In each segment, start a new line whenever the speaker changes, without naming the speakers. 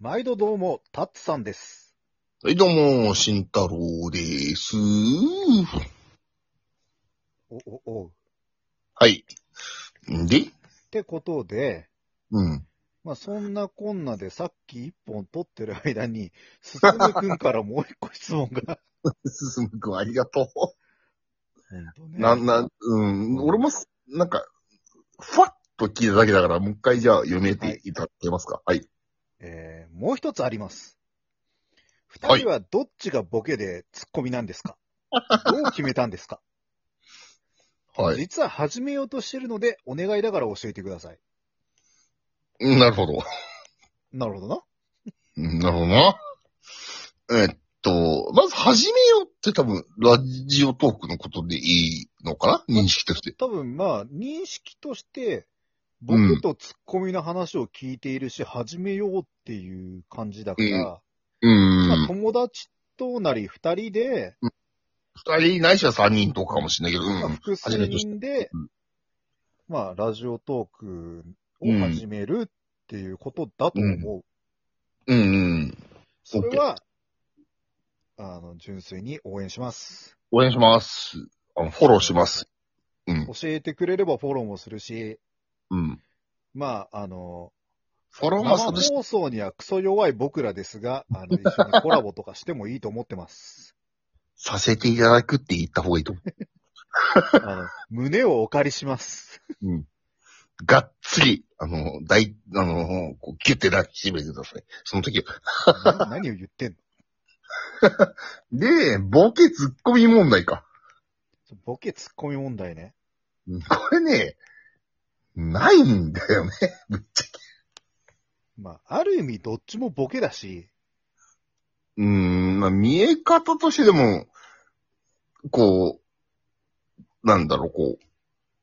毎度どうも、タッツさんです。
はい、どうも、慎太郎です。
お、お、おう。っ
はい。んで
てことで、
うん。
まあ、そんなこんなでさっき一本撮ってる間に、すすむくんからもう一個質問が。
すすむくん、ありが
ほ
と
んと
う。
ね
な、な、うん、俺もす、なんか、ふわっと聞いただけだから、もう一回じゃあ読めていただけますか。はい。
えー、もう一つあります。
は
二
い
人はどっちがボケでツッコミなんです か、どう決めたんですか
はい。
実は始めようとしてるので、お願いだから教えてください。
うんなるほど。
なるほどな。
うんなるほどな。えっと、まず、始めようって多分、ラジオトークのことでいいのかな認識として。
多分まあ、認識として、ボケとツッコミの話を聞いているし、始めようっていう感じだから、
う
まあ、
ん。
友達となり二人で、
二人、ないしは三人とかかもしれないけど、
まあ、
うん。
複数人で
うん、
まあ、ラジオトークを始めるっていうことだと思う。
うんうん。
それは、あの、純粋に応援します。
応援します。あの、フォローします。うん。
教えてくれればフォローもするし、
うん。
まあ、あの、
フォローもす
生
るし、
放送にはクソ弱い僕らですが、あの、一緒にコラボとかしてもいいと思って ます。
させていただくって言った方がいいと思
あの、胸をお借りします。
う。うん。がっつり、あの、大、あの、こうギュッて抱きしめてください。その時は。
な何を言ってんの
で、ボケツッコミ問題か。
ボケツッコミ問題ね。
うんこれね、ないんだよね。ぶっちゃけ。
まあ、ある意味どっちもボケだし、
うーん、まあ、見え方としてでも、こう、なんだろう、こう。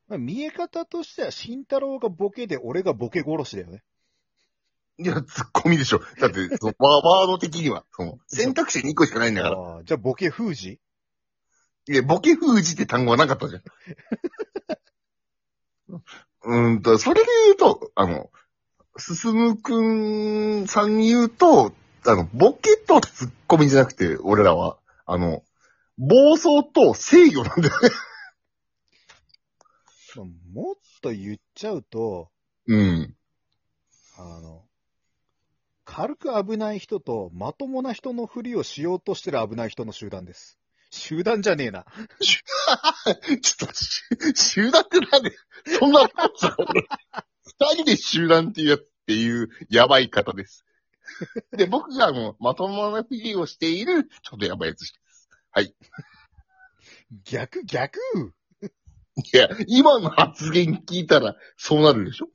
まあ、見え方としては慎太郎がボケで俺がボケ殺しだよね。
いや、ツッコミでしょ。だって、そのワワード的には、その、選択肢2個しかないんだから。
ああじゃあボケ封じ
いや、ボケ封じって単語はなかったじゃん。 うーんと、それで言うと、あの、すすむくんさんに言うと、あの、ボケとツッコミじゃなくて、俺らは、あの、暴走と制御なんだよね。
まあもっと言っちゃうと、
うん。
あの、軽く危ない人とまともな人のふりをしようとしてる危ない人の集団です。集団じゃねえな。
ちょっと、し集団ってなんで、そんなことさ、俺二人で集団っていうやつっていう、やばい方です。で、僕があの、まともなふりをしている、ちょっとやばいやつ
逆逆
いや、今の発言聞いたら、そうなるでしょ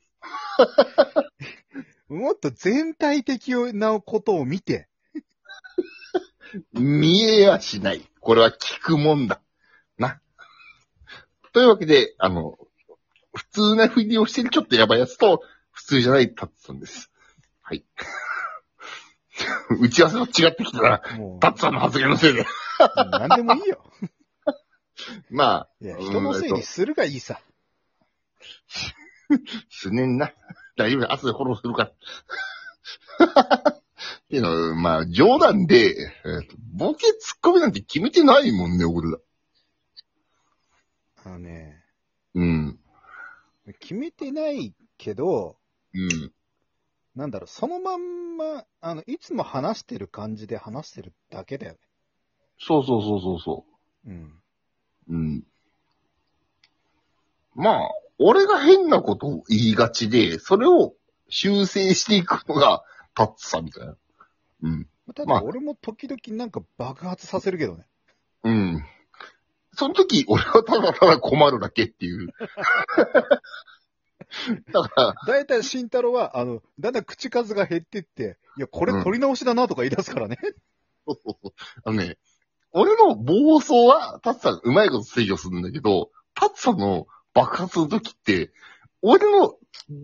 もっと全体的なことを見て、
見えやしない。これは聞くもんだ。な。というわけで、あの、普通なふりをしてるちょっとやばいやつと、普通じゃないタッツさんです。はい。 打ち合わせが違ってきたな。
も
タッツさんの発言のせいで。
う、なんでもいいよ。
まあ、
いや、人のせいにするがいいさ。
すねんな。大丈夫だ。後でフォローするから。 っていうのは、まあ、冗談で、えーとボケツッコミなんて決めてないもんね、俺ら。
あのね、
うん。
決めてないけど、
うん。
なんだろう、そのまんま、あの、いつも話してる感じで話してるだけだよね。
そうそうそうそうそ
うん。
う。うん。まあ、俺が変なことを言いがちで、それを修正していくのが、タッツさんみたいな。うん。
た
ま
だ、
あ
俺も時々なんか爆発させるけどね。
うん。その時、俺はただただ困るだけっていう。 だから、
だいたい慎太郎は、あの、だんだん口数が減ってって、いや、これ取り直しだなとか言い出すからね。
そうそうそうあのね、俺の暴走は、タツさんうまいこと制御するんだけど、タツさんの爆発の時って、俺の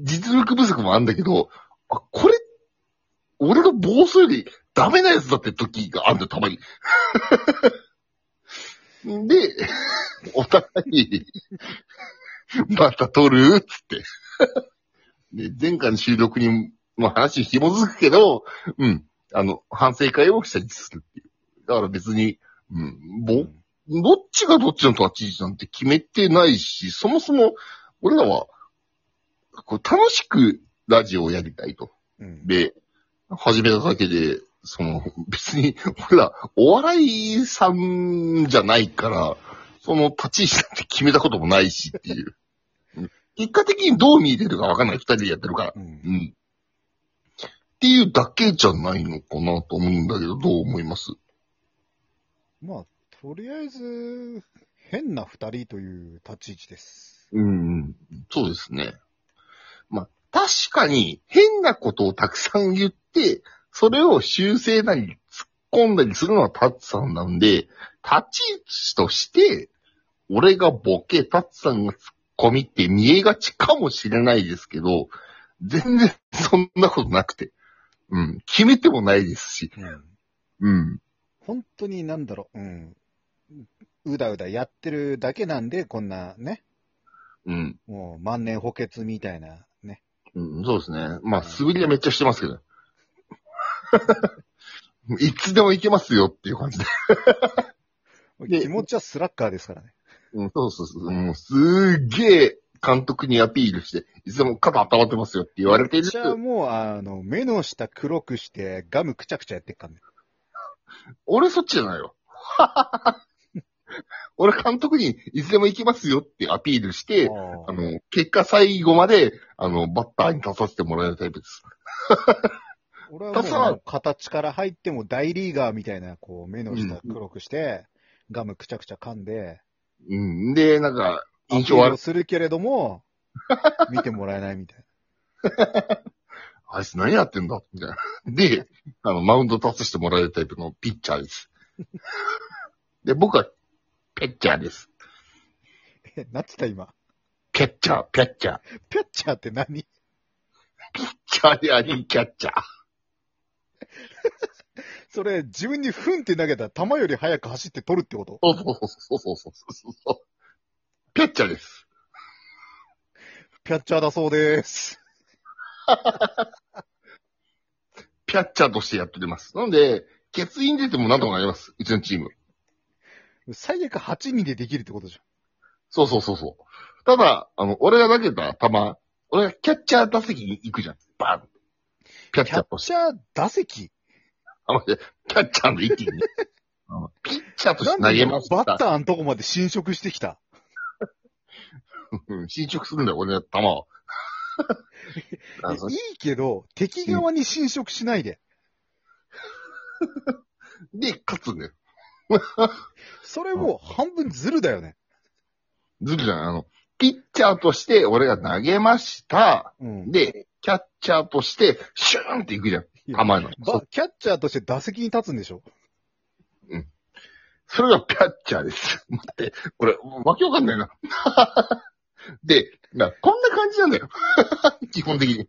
実力不足もあるんだけど、あ、これ、俺が暴走よりダメなやつだって時があるんだよ、たまに。 で、お互い、また撮るっつって。で、前回の収録にまあ話に紐づくけど、うん。あの、反省会をしたりするっていう。だから別に、うん、ぼ、どっちがどっちの立ち位置なんて決めてないし、そもそも、俺らは、こう楽しくラジオをやりたいと。
うん。
で、始めただけで、その、別に、俺ら、お笑いさんじゃないから、その立ち位置なんて決めたこともないしっていう。うん結果的にどう見えてるかわかんない二人でやってるから。
うん
うん。っていうだけじゃないのかなと思うんだけど、どう思います
まあ、とりあえず、変な二人という立ち位置です。
うん。そうですね。まあ、確かに変なことをたくさん言って、それを修正なり突っ込んだりするのはタッツさんなんで、立ち位置として、俺がボケ、タッツさんが突っ込みって見えがちかもしれないですけど、全然そんなことなくて。うん。決めてもないですし。
うん。
うん。
本当になんだろう、うん。うだうだやってるだけなんで、こんなね、
うん。
もう万年補欠みたいなね。
うん、そうですね。まあ、素振りはめっちゃしてますけど。 いつでも行けますよっていう感じで。で
気持ちはスラッガーですからね。
うん、そうそうそう。もうすーげえ監督にアピールして、いつでも肩温まってますよって言われてる。
じゃあもう、あの、目の下黒くして、ガムくちゃくちゃやってっからね。
俺そっちじゃないよ。 俺監督にいつでも行きますよってアピールして、あ
あ
の、結果最後まで、あの、バッターに立たせてもらえるタイプです。
あ俺は
ただ
もう、形から入っても大リーガーみたいな、こう、目の下黒くして、ガムくちゃくちゃ噛んで、
うん。で、なんか、印
ア
象
ピール
悪
を
い。
するけれども、見てもらえないみたいな。
あいつ何やってんだみたいな。で、あの、マウンド立たせてもらえるタイプのピッチャーです。で、僕は、ペッチャーです。
え、なってた今。
キャッチャー、キャッチャー。
ピャッチャーって何
キャリアリーキャッチャー。
それ、自分にフンって投げたら球より速く走って取るってこと
そうそうそうそうそうそうそう。キャッチャーです。
ピャッチャーだそうです。
キャッチャーとしてやっております。なんで、欠員出てもなんとかなります。うちのチーム。
最悪8人でできるってことじ
そうそうそうそう。ただ、あの、俺が投げた球、俺がキャッチャー打席に行くじゃん。バーン。キャ
ゃん。キャ
ッチャー
ッ
として。
チャー打席
あ、待って、キャッチャーの一気に ね。あのピッチャーとし
な
て
ん
投
で
げ
バ
ま
ッ
した。
ターのとこまで侵食してきた。
うん、侵食するんだよ、俺の球 を。あの
いいけど、敵側に侵食しないで。
で、勝つんだよ。
それもう半分ずるだよね。
ずるじゃん。あの、ピッチャーとして俺が投げました。
うん。
で、キャッチャーとして、シューンって行くじゃん。
いや
構えの。
ばキャッチャーとして打席に立つんでしょ
それがキャッチャーです。 待って、これ、わけわかんない な。で、なこんな感じなんだよ。 基本的に。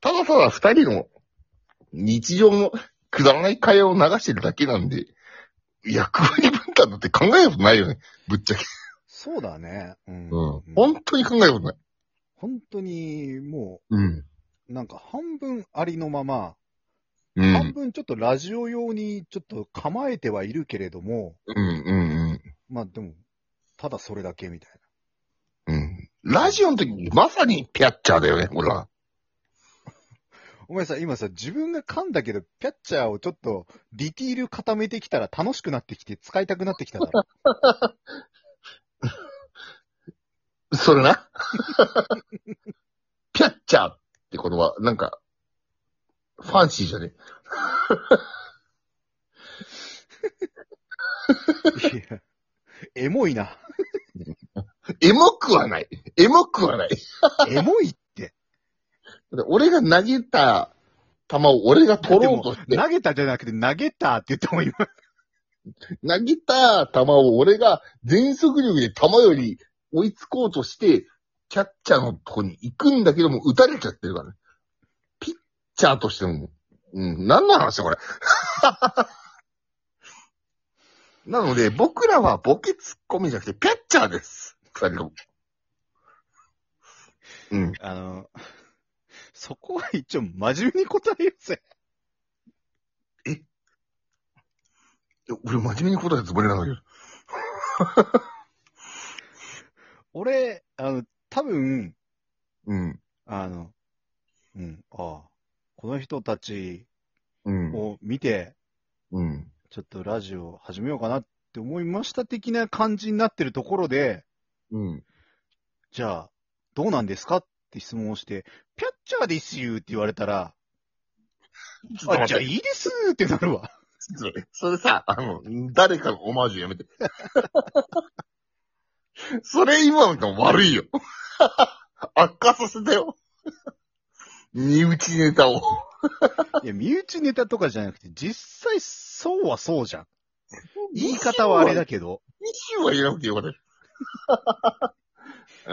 ただただ二人の日常のくだらない会話を流してるだけなんで、役割分担なんて考えたことないよね。ぶっちゃけ。
そうだね。うん。
うん。本当に考えたことない。
本当に、も
うん。
う、なんか半分ありのまま、
う
半
ん。
分ちょっとラジオ用にちょっと構えてはいるけれども、
うん。うん。うん。
まあでも、ただそれだけみたい
うん。ラジオの時にまさにキャッチャーだよね、俺ら。
な。お前さ、今さ、自分が噛んだけど、キャッチャーをちょっと、ディティール固めてきたら楽しくなってきて、使いたくなってきただ ろ。
それな。 キャッチャーって言葉、なんか、ファンシーじゃね
いやエモいな。
エモくはない。エモくはない。
エモいって。
俺が投げた球を俺が取ろうとして、
投げたじゃなくて、投げたって言ったもん、今。
投げた球を俺が全速力で球より追いつこうとして、キャッチャーのとこに行くんだけども、打たれちゃってるからね。ピッチャーとしても、うん、何の話だこれ。 なので、僕らはボケツッコミじゃなくて、キャッチャーです。二人とも。うん。
あの、そこは一応真面目に答えようぜ。
いや俺真面目に答えるつもりなんだけど。
俺、あの、多分、
うん。
あの、うん、ああ、この人たち
うん。
を見て、
うん。
ちょっとラジオ始めようかなって思いました的な感じになってるところで、
うん。
じゃあ、どうなんですかって質問をして、ピャッチャーですよって言われたら、あ、じゃあいいですってなる わ。
ちょっと待ってそれさ、あの、誰かのオマージュやめて。 それ今のも悪いよ。悪化させたよ。身内ネタを。
いや、身内ネタとかじゃなくて、実際そうはそうじゃん。言い方はあれだけど。
一周は言わなくてよか ったよ。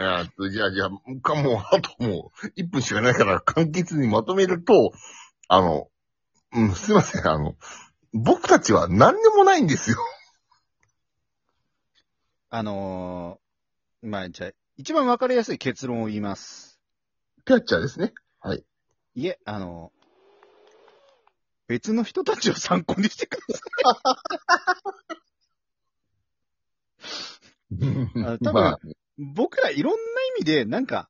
あーじゃあ、じゃあ、かもう、あともう、1分しかないから、簡潔にまとめると、あの、うん、すいません、あの、僕たちは何でもないんですよ。
あのー、まあ、じゃあ、一番わかりやすい結論を言います。
ピャッチャーですね。
いえ、あのー、別の人たちを参考にしてくださあ多分
まあ、
い。僕らいろんな意味で、なんか、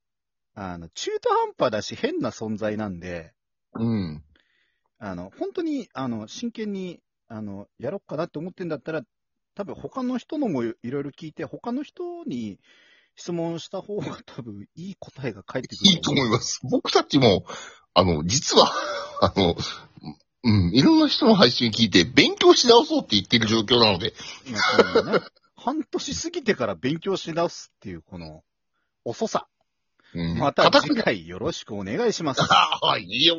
あの、中途半端だし変な存在なんで、
うん。
あの、本当に、あの、真剣に、あの、やろうかなって思ってんだったら、多分他の人のもいろいろ聞いて、他の人に質問した方が多分いい答えが返ってくる。
いいと思います。僕たちも、あの、実は、 あの、うん、いろんな人の配信聞いて勉強し直そうって言ってる状況なので、
まあこのね半年過ぎてから勉強し直すっていう、この、遅さ。
うん、
また
固
次
くな
回よろしくお願いします。
ああ、いいよ。